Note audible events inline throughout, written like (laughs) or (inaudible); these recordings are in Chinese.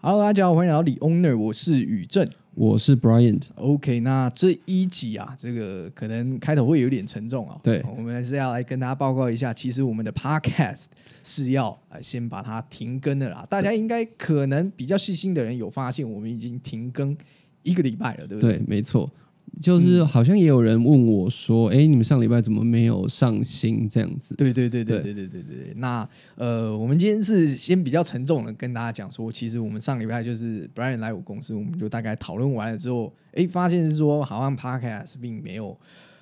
Hello，大家好，欢迎来到李 Owner，我是宇正。我是 Brian， OK，那这一集啊，这个可能开头会有点沉重啊。对我们还是要来跟大家报告一下，其实我们的 Podcast 是要呃先把它停更的啦。大家应该可能比较细心的人有发现，我们已经停更一个礼拜了，对不对？嗯对，没错，就是好像也有人问我说，哎、你们上礼拜怎么没有上新这样 (laughs) 子？对对对对对对对对对。那呃，我们今天是先比较沉重的跟大家讲说，其实我们上礼拜就是 Brian 来我公司，我们就大概讨论完了之后，哎，发现是说好像 Podcast 并没有，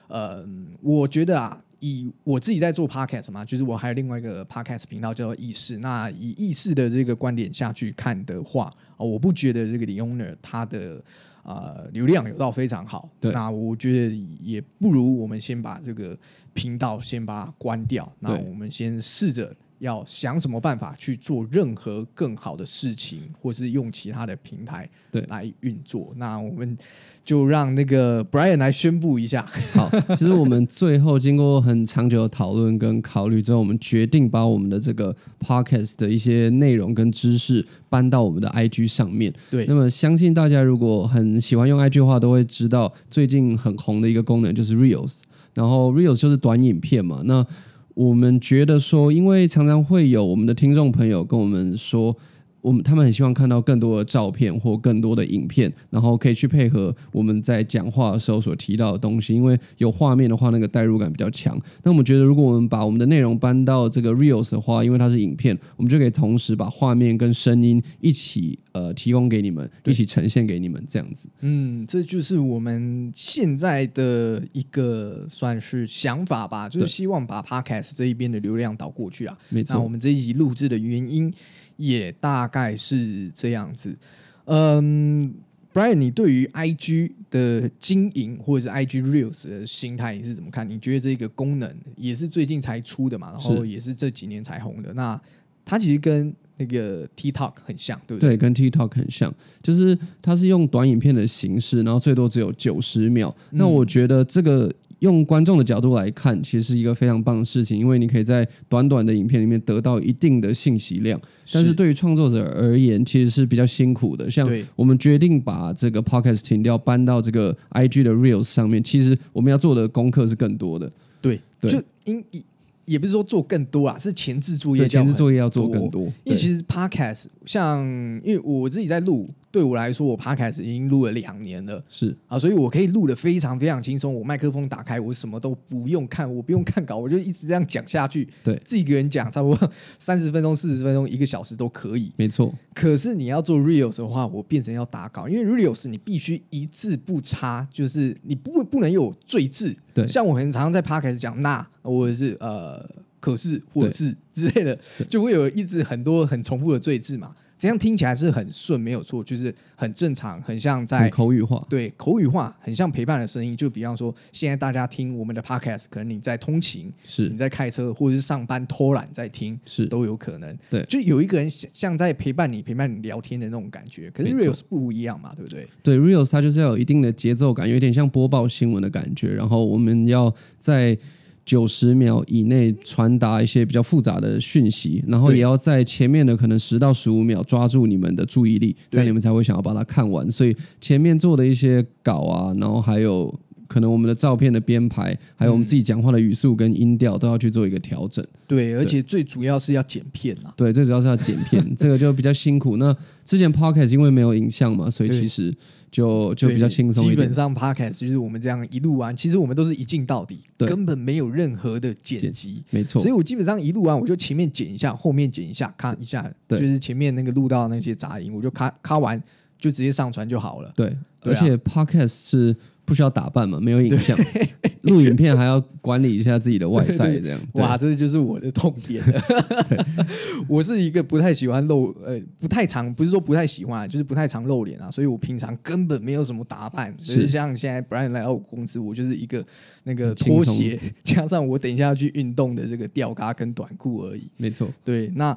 呃，我觉得啊。以我自己在做 podcast 嘛，就是我还有另外一个 podcast 频道叫做意识。那以意识的这个观点下去看的话，哦、我不觉得这个李 owner 他的呃流量有到非常好。对那我觉得也不如我们先把这个频道先把它关掉，那对我们先试着要想什么办法去做任何更好的事情，或是用其他的平台对来运作。那我们就让那个 Brian 来宣布一下。 (laughs) 好，其实我们最后经过很长久的讨论跟考虑之后，我们决定把我们的这个 podcast 的一些内容跟知识搬到我们的 IG 上面。对那么相信大家如果很喜欢用 IG 的话，都会知道最近很红的一个功能就是 Reels，然后 Reels 就是短影片嘛。那我们觉得说，因为常常会有我们的听众朋友跟我们说。我们他们很希望看到更多的照片或更多的影片，然后可以去配合我们在讲话的时候所提到的东西，因为有画面的话，那个代入感比较强。那我们觉得，如果我们把我们的内容搬到这个 reels 的话，因为它是影片，我们就可以同时把画面跟声音一起呃提供给你们，一起呈现给你们这样子。嗯，这就是我们现在的一个算是想法吧，就是对希望把 Podcast 这一边的流量导过去啊。没那我错，们这一集录制的原因也大概是这样子。嗯，Brian，你对于 IG 的经营或者是 IG Reels 的心态你是怎么看？你觉得这个功能也是最近才出的嘛，然后是也是这几年才红的。那它其实跟那个 TikTok 很像，对不对？对，跟 TikTok 很像，就是它是用短影片的形式，然后最多只有九十秒。那嗯我觉得这个用观众的角度来看，其实是一个非常棒的事情，因为你可以在短短的影片里面得到一定的信息量。但是对于创作者而言，其实是比较辛苦的。像对我们决定把这个 podcast 停掉，搬到这个 IG 的 Reels 上面，其实我们要做的功课是更多的。对对就应也也不是说做更多啊，是前置作业对，这样前很，置作业要做更多。因为对其实 podcast 像，因为我自己在录，对我来说，我 podcast 已经录了两年了是啊，所以我可以录的非常非常轻松。我麦克风打开，我什么都不用看，我不用看稿，我就一直这样讲下去。对自己一个人讲，差不多 (laughs) 三十分钟、四十分钟、一个小时都可以。没错，可是你要做 reels 的话，我变成要打稿，因为 reels 你必须一字不差，就是你不不能有赘字。对像我很常在 podcast 讲那，或者是呃，可是或者是之类的，就会有一直很多很重复的赘字嘛。这样听起来是很顺，没有错，就是很正常，很像在很口语化。对口语化，很像陪伴的声音。就比方说，现在大家听我们的 podcast，可能你在通勤，你是在开车，或者是上班偷懒在听，是，都有可能。对就有一个人像像在陪伴你、陪伴你聊天的那种感觉。可是没错 reels 不一样嘛，对不对？对 Reels 它就是要有一定的节奏感，有点像播报新闻的感觉。然后我们要在九十秒以内传达一些比较复杂的讯息，然后对也要在前面的可能十到十五秒抓住你们的注意力，对这样你们才会想要把它看完。所以前面做的一些稿啊，然后还有可能我们的照片的编排，还有我们自己讲话的语速跟音调都要去做一个调整。对，而且最主要是要剪片啊。对，最主要是要剪片，这个就比较辛苦。那之前 Podcast 因为没有影像嘛，所以对其实就就比较对轻松一基点本。上 podcast 就是我们这样一路玩，其实我们都是一镜到底，对根本没有任何的剪剪辑。没错所以，我基本上一路啊玩，我就前面剪一下，后面剪一下，咔一下，就对是前面那个录到那些杂音，我就咔咔完就直接上传就好了。对，对而啊且 podcast 是不需要打扮嘛，没有影像， (laughs) 录影片还要管理一下自己的外在，这样。对哇，，这就是我的痛点。 (laughs) (laughs) 我是一个不太喜欢露，呃，不太常，不是说不太喜欢啊，就是不太常露脸啊，所以我平常根本没有什么打扮。就是是像现在 Brian 来到我公司，我就是一个那个很轻松拖鞋， (laughs) 加上我等一下要去运动的这个吊嘎跟短裤而已。没错，对，那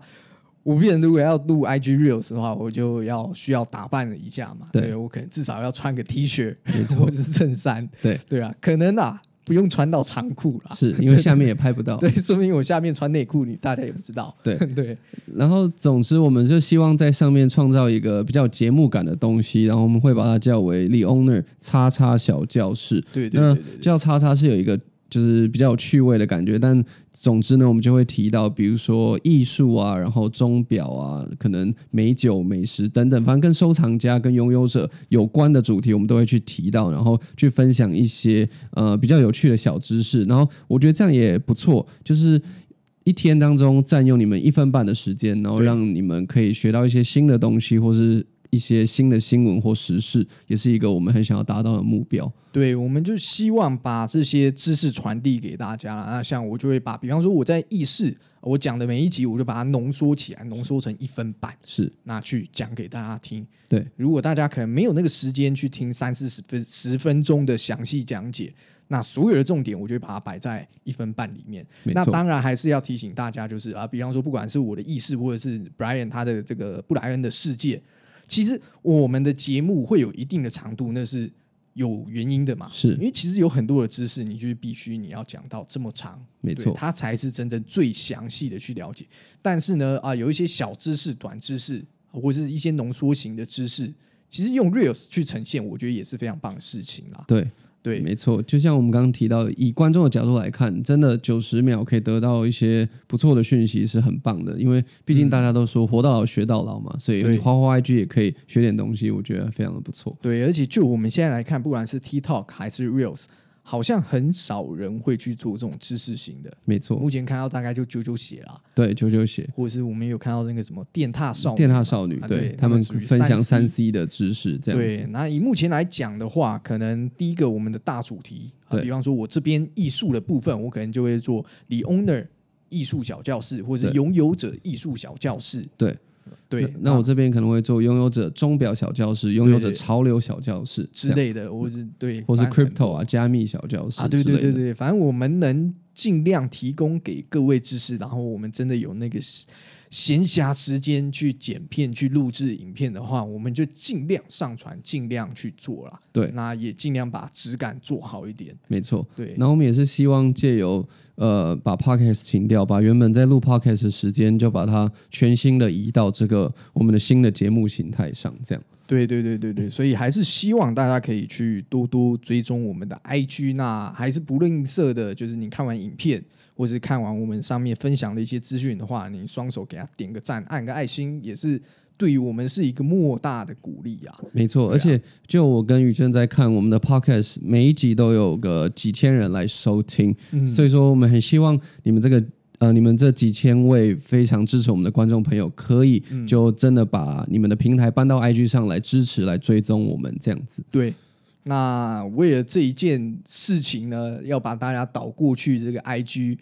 我变成如果要录 IG Reels 的话，我就要需要打扮一下嘛。对我可能至少要穿个 T 恤没错或者是衬衫。对对啊，可能啊，不用穿到长裤啦。是因为下面也拍不到。对，说明我下面穿内裤，你大家也不知道。对 (laughs) 对，然后，总之，我们就希望在上面创造一个比较有节目感的东西，然后我们会把它叫为 The Owner 叉叉小教室。对对对那对对叫叉叉是有一个就是比较有趣味的感觉，但总之呢，我们就会提到，比如说艺术啊，然后钟表啊，可能美酒、美食等等，反正跟收藏家、跟拥有者有关的主题，我们都会去提到，然后去分享一些呃比较有趣的小知识。然后我觉得这样也不错，就是。一天当中占用你们一分半的时间，然后对让你们可以学到一些新的东西，或是一些新的新闻或时事，也是一个我们很想要达到的目标。对，我们就希望把这些知识传递给大家啦。那像我就会把，比方说我在议事，我讲的每一集，我就把它浓缩起来，浓缩成一分半，是那去讲给大家听。对，如果大家可能没有那个时间去听三四十分十分钟的详细讲解，那所有的重点，我就会把它摆在一分半里面。没那错当然还是要提醒大家，就是啊，比方说不管是我的意识，或者是 Brian 他的这个布莱恩的世界，其实我们的节目会有一定的长度，那是有原因的嘛。是因为其实有很多的知识，你就是必须你要讲到这么长，没对错它才是真正最详细的去了解。但是呢，啊，有一些小知识、短知识，或是一些浓缩型的知识，其实用 Reels 去呈现，我觉得也是非常棒的事情啦。对，对，没错，就像我们刚刚提到的，以观众的角度来看，真的九十秒可以得到一些不错的讯息是很棒的，因为毕竟大家都说活到老学到老嘛，所以嗯对你花花 IG 也可以学点东西，我觉得非常的不错。对，而且就我们现在来看，不管是 TikTok 还是 Reels，好像很少人会去做这种知识型的。没我错，目前看到大概就九九写啦，对，九九写或者是我们有看到那个什么电踏少女电塔少女，啊对对他他们们属于分享三三 C 的知识，这样对子，，那以目前来讲的话，可能第一个我们的大主题，啊、对比方说我这边艺术的部分，我可能就会做 The Owner 艺术小教室，或者对是拥有者艺术小教室。对对，啊那那我这边可能会做拥有者钟表小教室、拥有者对潮流小教室之这样，类的，或是对，或是反正很 crypto 啊加密小教室啊，对之对类对的，对，反正我们能尽量提供给各位知识，然后我们真的有那个时闲暇时间去剪片、去录制影片的话，我们就尽量上传，尽量去做啦。对那也尽量把质感做好一点。没错。对，然后我们也是希望借由呃把 podcast 停掉，把原本在录 podcast 的时间就把它全新的移到这个我们的新的节目形态上，这样对对对对对，所以还是希望大家可以去多多追踪我们的 IG，那还是不吝啬的，就是你看完影片。或是看完我们上面分享的一些资讯的话，你双手给他点个赞，按个爱心，也是对于我们是一个莫大的鼓励啊！没错。对啊而且就我跟宇正在看我们的 podcast，每一集都有个几千人来收听，嗯所以说我们很希望你们这个。呃，你们这几千位非常支持我们的观众朋友，可以嗯就真的把你们的平台搬到 IG 上来支持、来追踪我们这样子。对，那为了这一件事情呢，要把大家导过去这个 IG，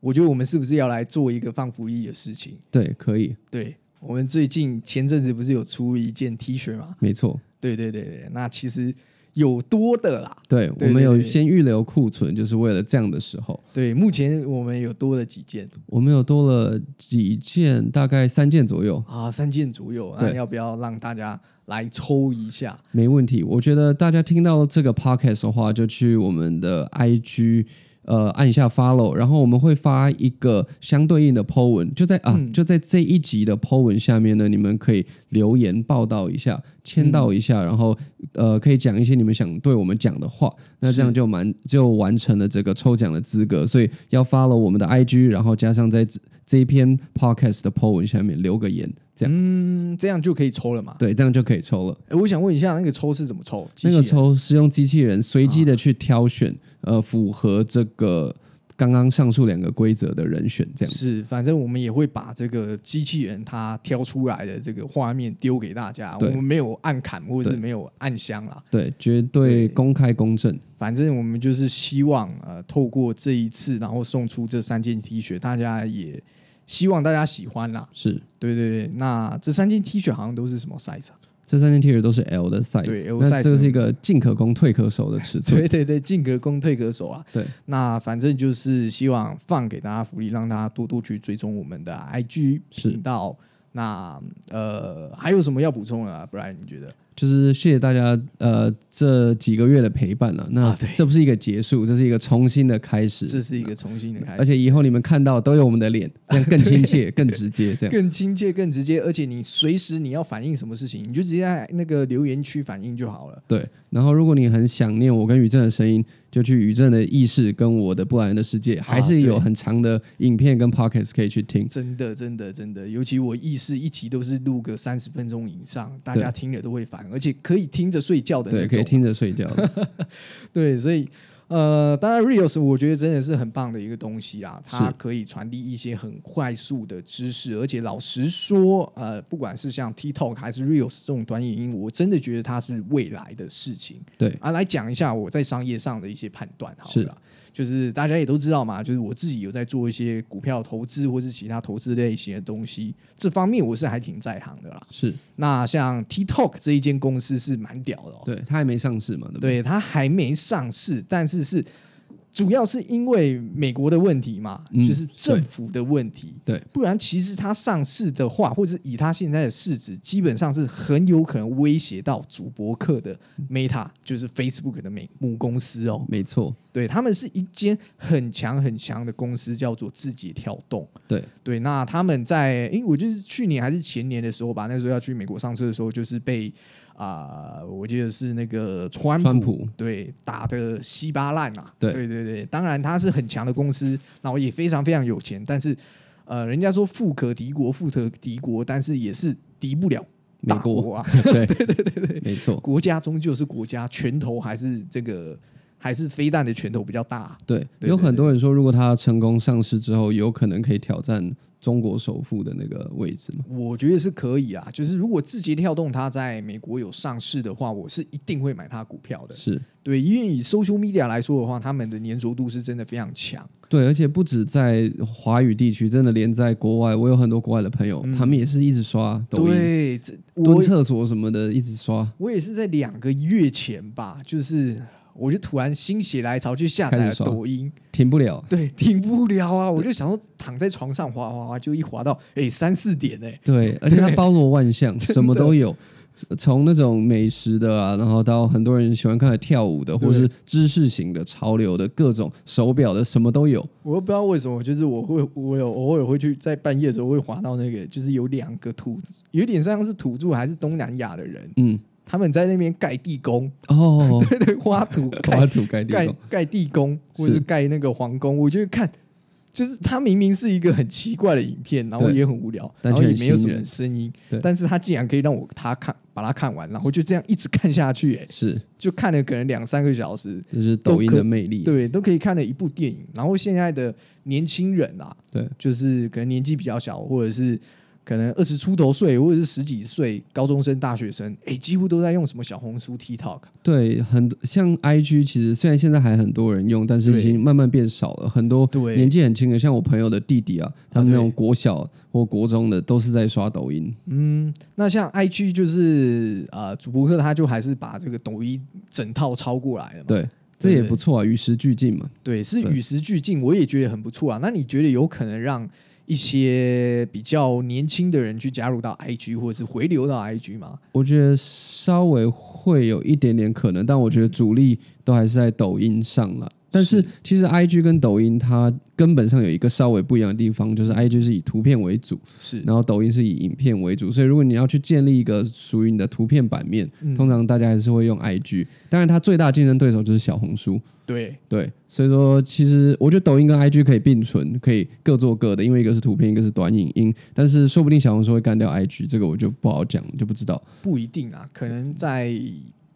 我觉得我们是不是要来做一个放福利的事情？对，可以，对我们最近前阵子不是有出一件 T 恤嘛？没错。对对对对，那其实有多的啦。对，我对们对有对先预留库存，就是为了这样的时候。对，目前我们有多了几件我们有多了几件，大概三件左右，啊，三件左右。那对要不要让大家来抽一下？没问题。我觉得大家听到这个 podcast 的话，就去我们的 IG。呃，按一下 follow，然后我们会发一个相对应的 po 文，就在啊，嗯就在这一集的 po 文下面呢，你们可以留言报道一下，签到一嗯下，然后呃，可以讲一些你们想对我们讲的话，那这样是就完就完成了这个抽奖的资格，所以要 follow 我们的 IG，然后加上在这这一篇 podcast 的 po 文下面留个言，这样、嗯，这样就可以抽了嘛？对，这样就可以抽了。哎，我想问一下，那个抽是怎么抽？机器那个人抽是用机器人随机的去挑选，呃，符合这个刚刚上述两个规则的人选，这样子。是，反正我们也会把这个机器人它挑出来的这个画面丢给大家，我对们没有暗砍或者是对没有暗箱啦，对，绝对对公开公正。反正我们就是希望呃，透过这一次，然后送出这三件 T 恤，大家也希望大家喜欢啦。是，对对对，那这三件 T 恤好像都是什么 size 啊？ (laughs) 这三件 T 恤都是 L 的 size，对，L 那 size 这个是一个进可攻退可守的尺寸。对对对，进可攻退可守啊。对，那反正就是希望放给大家福利，让大家多多去追踪我们的 IG 是频道。那呃，还有什么要补充的、啊？不然你觉得？就是谢谢大家呃这几个月的陪伴了、那啊对这不是一个结束，这是一个重新的开这始，是一个重新的开而始，且以后你们看到都有我们的脸，这样更亲切、更直接，这样。更亲切、更直接，而且你随时你要反映什么事情，你就直接在那个留言区反映就好了。对，然后如果你很想念我跟宇正的声音，就去宇正的意识跟我的布莱恩的世界，还是啊对有很长的影片跟 podcast 可以去听。真的，真的，真的，尤其我意识一集都是录个三十分钟以上，大对家听了都会烦，而且可以听着睡觉的那对，种。可以听着睡觉的。 (laughs) 对，所以呃，当然 Reels 我觉得真的是很棒的一个东西啦，它是可以传递一些很快速的知识，而且老实说，呃，不管是像 TikTok 还是 Reels 这种短影音，我真的觉得它是未来的事情对，啊。来讲一下我在商业上的一些判断，好是了啦。就是大家也都知道嘛，就是我自己有在做一些股票投资或是其他投资类型的东西，这方面我是还挺在行的啦。是那像 TikTok 这一间公司是蛮屌的哦，对，他还没上市嘛，对不对？对，它还没上市，但是是主要是因为美国的问题嘛，嗯就是政府的问题。对不然其实它上市的话，或者以它现在的市值，基本上是很有可能威胁到主博客的 Meta，就是 Facebook 的美母公司哦。没错，对，他们是一间很强很强的公司，叫做字节跳动。对对，那他们在，诶，我就是去年还是前年的时候吧，那时候要去美国上市的时候，就是被啊、我记得是那个川普川普对打的稀巴烂啊。对对对对当然它是很强的公司，然后也非常非常有钱，但是呃，人家说富可敌国，富可敌国，但是也是敌不了美大国，啊。 (laughs) 对对对对对，没错，国家终究是国家，拳头还是这个还是飞弹的拳头比较大啊、对，对有对很对多人说，如果他成功上市之后，有可能可以挑战中国首富的那个位置嘛？我觉得是可以啊，就是如果字节跳动它在美国有上市的话，我是一定会买它股票的。是。对，因为以 social media 来说的话，他们的粘着度是真的非常强。对，而且不止在华语地区，真的连在国外，我有很多国外的朋友，他们也是一直刷抖嗯音，对，这蹲我厕所什么的，一直刷。我也是在两个月前吧，就是我就突然心血来潮去下载开了始刷抖音，停不了。对，停不了啊！我就想说躺在床上滑滑滑，就一滑到哎三四点哎、 (laughs) 对，而且它包罗万象，什么都有，从那种美食的啊，然后到很多人喜欢看的跳舞的，或对是知识型的、潮流的各种手表的，什么都有。我又不知道为什么，就是我会，我有偶尔会去在半夜的时候会滑到那个，就是有两个土，有点像是土著还是东南亚的人，嗯，他们在那边盖地宫， (laughs) 哦， (laughs) 对对，挖土挖盖土盖地盖洞，盖地宫，或者是是盖那个皇宫，我就看，就是它明明是一个很奇怪的影片，然后对也很无聊，但然却后也很没有吸什引么人声音对，但是它竟然可以让我他看把它看完，然后就这样一直看下去、哎，是，就看了可能两三个小时，这是抖音都可的魅力。对，都可以看了一部电影。然后现在的年轻人啊，对就是可能年纪比较小，或者是可能二十出头岁，或者是十几岁高中生、大学生，哎，几乎都在用什么小红书、TikTok。对，很多像 IG，其实虽然现在还很多人用，但是对已经慢慢变少了。很多对年纪很轻的，像我朋友的弟弟啊，他们那对种国小或国中的，都是在刷抖音。嗯，那像 IG 就是呃，主播课他就还是把这个抖音整套抄过来了嘛。对，这也对不错啊，与时俱进嘛。对，是对与时俱进，我也觉得很不错啊。那你觉得有可能让一些比较年轻的人去加入到 IG，或者是回流到 IG 吗？我觉得稍微会有一点点可能，但我觉得主力都还是在抖音上了。但是是其实 I G 跟抖音它根本上有一个稍微不一样的地方，就是 I G 是以图片为主，是，然后抖音是以影片为主。所以如果你要去建立一个属于你的图片版面，嗯通常大家还是会用 I G。当然，它最大竞争对手就是小红书。对，对，所以说其实我觉得抖音跟 I G 可以并存，可以各做各的，因为一个是图片，一个是短影音。但是说不定小红书会干掉 I G，这个我就不好讲，就不知道。不一定啊，可能在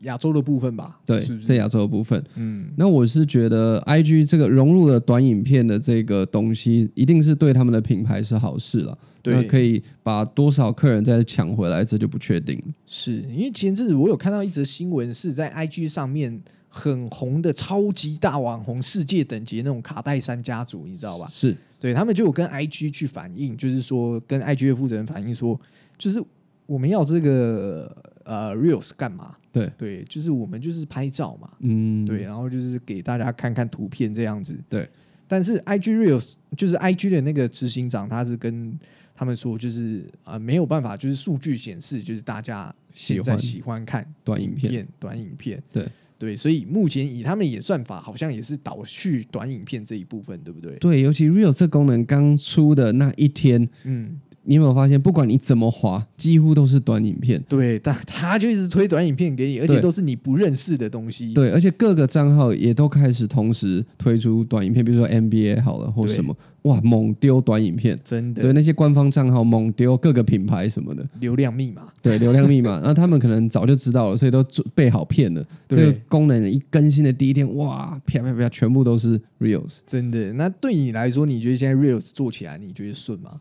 亚洲的部分吧。对，是不是在亚洲的部分。嗯，那我是觉得 I G 这个融入了短影片的这个东西，一定是对他们的品牌是好事了。那对，可以把多少客人再抢回来，这就不确定了。是因为前阵子我有看到一则新闻，是在 IG 上面很红的超级大网红、世界等级的那种卡戴珊家族，你知道吧？是对他们就有跟 IG 去反映，就是说跟 IG 的负责人反映说，就是我们要这个呃 reels 干嘛？对，对，就是我们就是拍照嘛，嗯，对，然后就是给大家看看图片这样子。对，但是 IG Reels 就是 IG 的那个执行长，他是跟他们说就是啊、呃没有办法，就是数据显示就是大家现喜在欢喜欢看短影片，短影片，对对，所以目前以他们演算法好像也是导去短影片这一部分，对不对？对，尤其 Real 这功能刚出的那一天，嗯，你有没有发现，不管你怎么滑，几乎都是短影片。对，但他就一直推短影片给你，而且对都是你不认识的东西，对，而且各个账号也都开始同时推出短影片，比如说 NBA 好了或对什么，哇，猛丢短影片。真对的那些官方账号猛丢各个品牌什么的，流量密码，对流量密码，那他们可能早就知道了，所以都准备好骗了。这对个功能一更新的第一天，哇，啪啪啪，全部都是 reels。真的。那对你来说，你觉得现在 Reels 做起来，你觉得顺吗？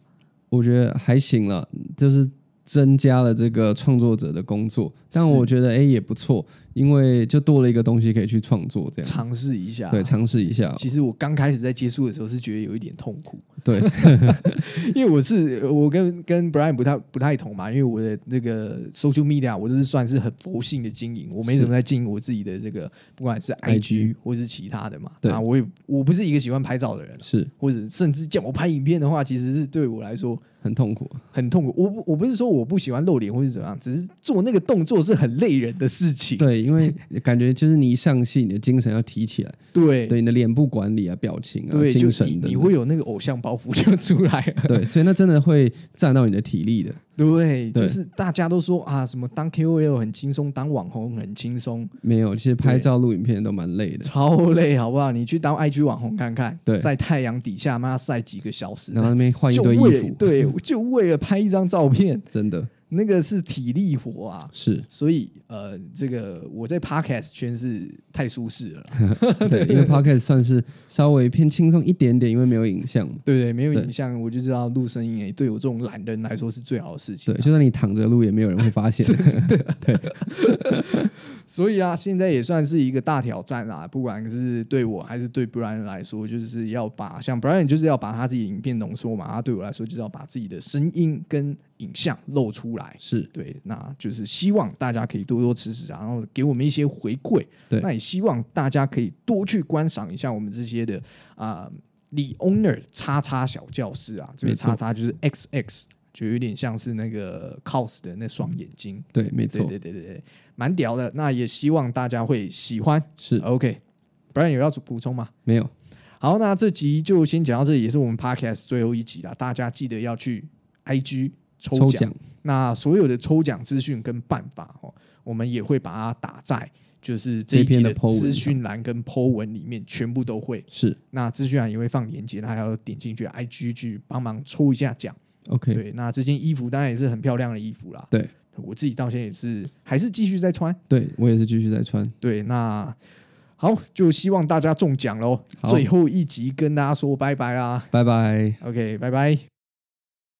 我觉得还行了，就是增加了这个创作者的工作，但是我觉得哎、诶也不错，因为就多了一个东西可以去创作，这样尝试一下，对尝试一下，哦其实我刚开始在接触的时候是觉得有一点痛苦， (laughs) 对因为我是我跟跟 Brian 不太不太同嘛，因为我的那个 social media 我就是算是很佛性的经营，我没什么在经营我自己的这个，不管是 IG 或是其他的嘛。对啊，我也我不是一个喜欢拍照的人，是或者甚至叫我拍影片的话，其实是对我来说很痛苦，很痛苦。我不我不是说我不喜欢露脸或是怎么样，只是做那个动作是很累人的事情。对，因为感觉就是你一上戏，你的精神要提起来，对对你的脸部管理啊、表情啊、对，就精神你等你等会有那个偶像包袱就出来了。对，所以那真的会占到你的体力的，对，就对是大家都说啊，什么当 KOL 很轻松，当网红很轻松，没有，其实拍对照、录影片都蛮累的，超累，好不好？你去当 IG 网红看看，对晒太阳底下，妈晒几个小时，然后那边换一就堆衣为服，对，就为了拍一张照片， (laughs) 真的那个是体力活啊。 (laughs) 是所以，呃，这个我在 podcast 圈是太舒适了啦，对，因为 podcast 算是稍微偏轻松一点点，因为没有影像嘛。对不对？没有对影像，我就知道录声音，诶，对我这种懒人来说是最好的事情对，。就算你躺着录，也没有人会发现。所以啊，现在也算是一个大挑战啦，不管是对我还是对 Brian 来说，就是要把像 Brian 就是要把他自己影片浓缩嘛，他对我来说就是要把自己的声音跟影像露出来。是，对，那就是希望大家可以多多支持，然后给我们一些回馈。对那也希望大家可以多去观赏一下我们这些的啊、李 Owner 叉叉小教室啊，这个没错叉叉就是 XX，就有点像是那个 cos 的那双眼睛。对，没错，对对对对对，蛮屌的。那也希望大家会喜欢。是 OK，不然有要补充吗？没有。好，那这集就先讲到这里，也是我们 Podcast 最后一集啦。大家记得要去 IG 抽抽奖，奖那所有的抽奖资讯跟办法哦，我们也会把它打在就是这一这篇集的的 po 文啊资上讯栏跟 Po 文里面全部都会。是那资讯栏也会放链接，大家要点进去 IG 去帮忙抽一下奖。 OK，对，那这件衣服当然也是很漂亮的衣服啦。对，我自己到现在也是还是继续在穿。对我也是继续在穿。对，那好，就希望大家中奖喽！好最后一集跟大家说拜拜啦拜拜。 ，OK，拜拜。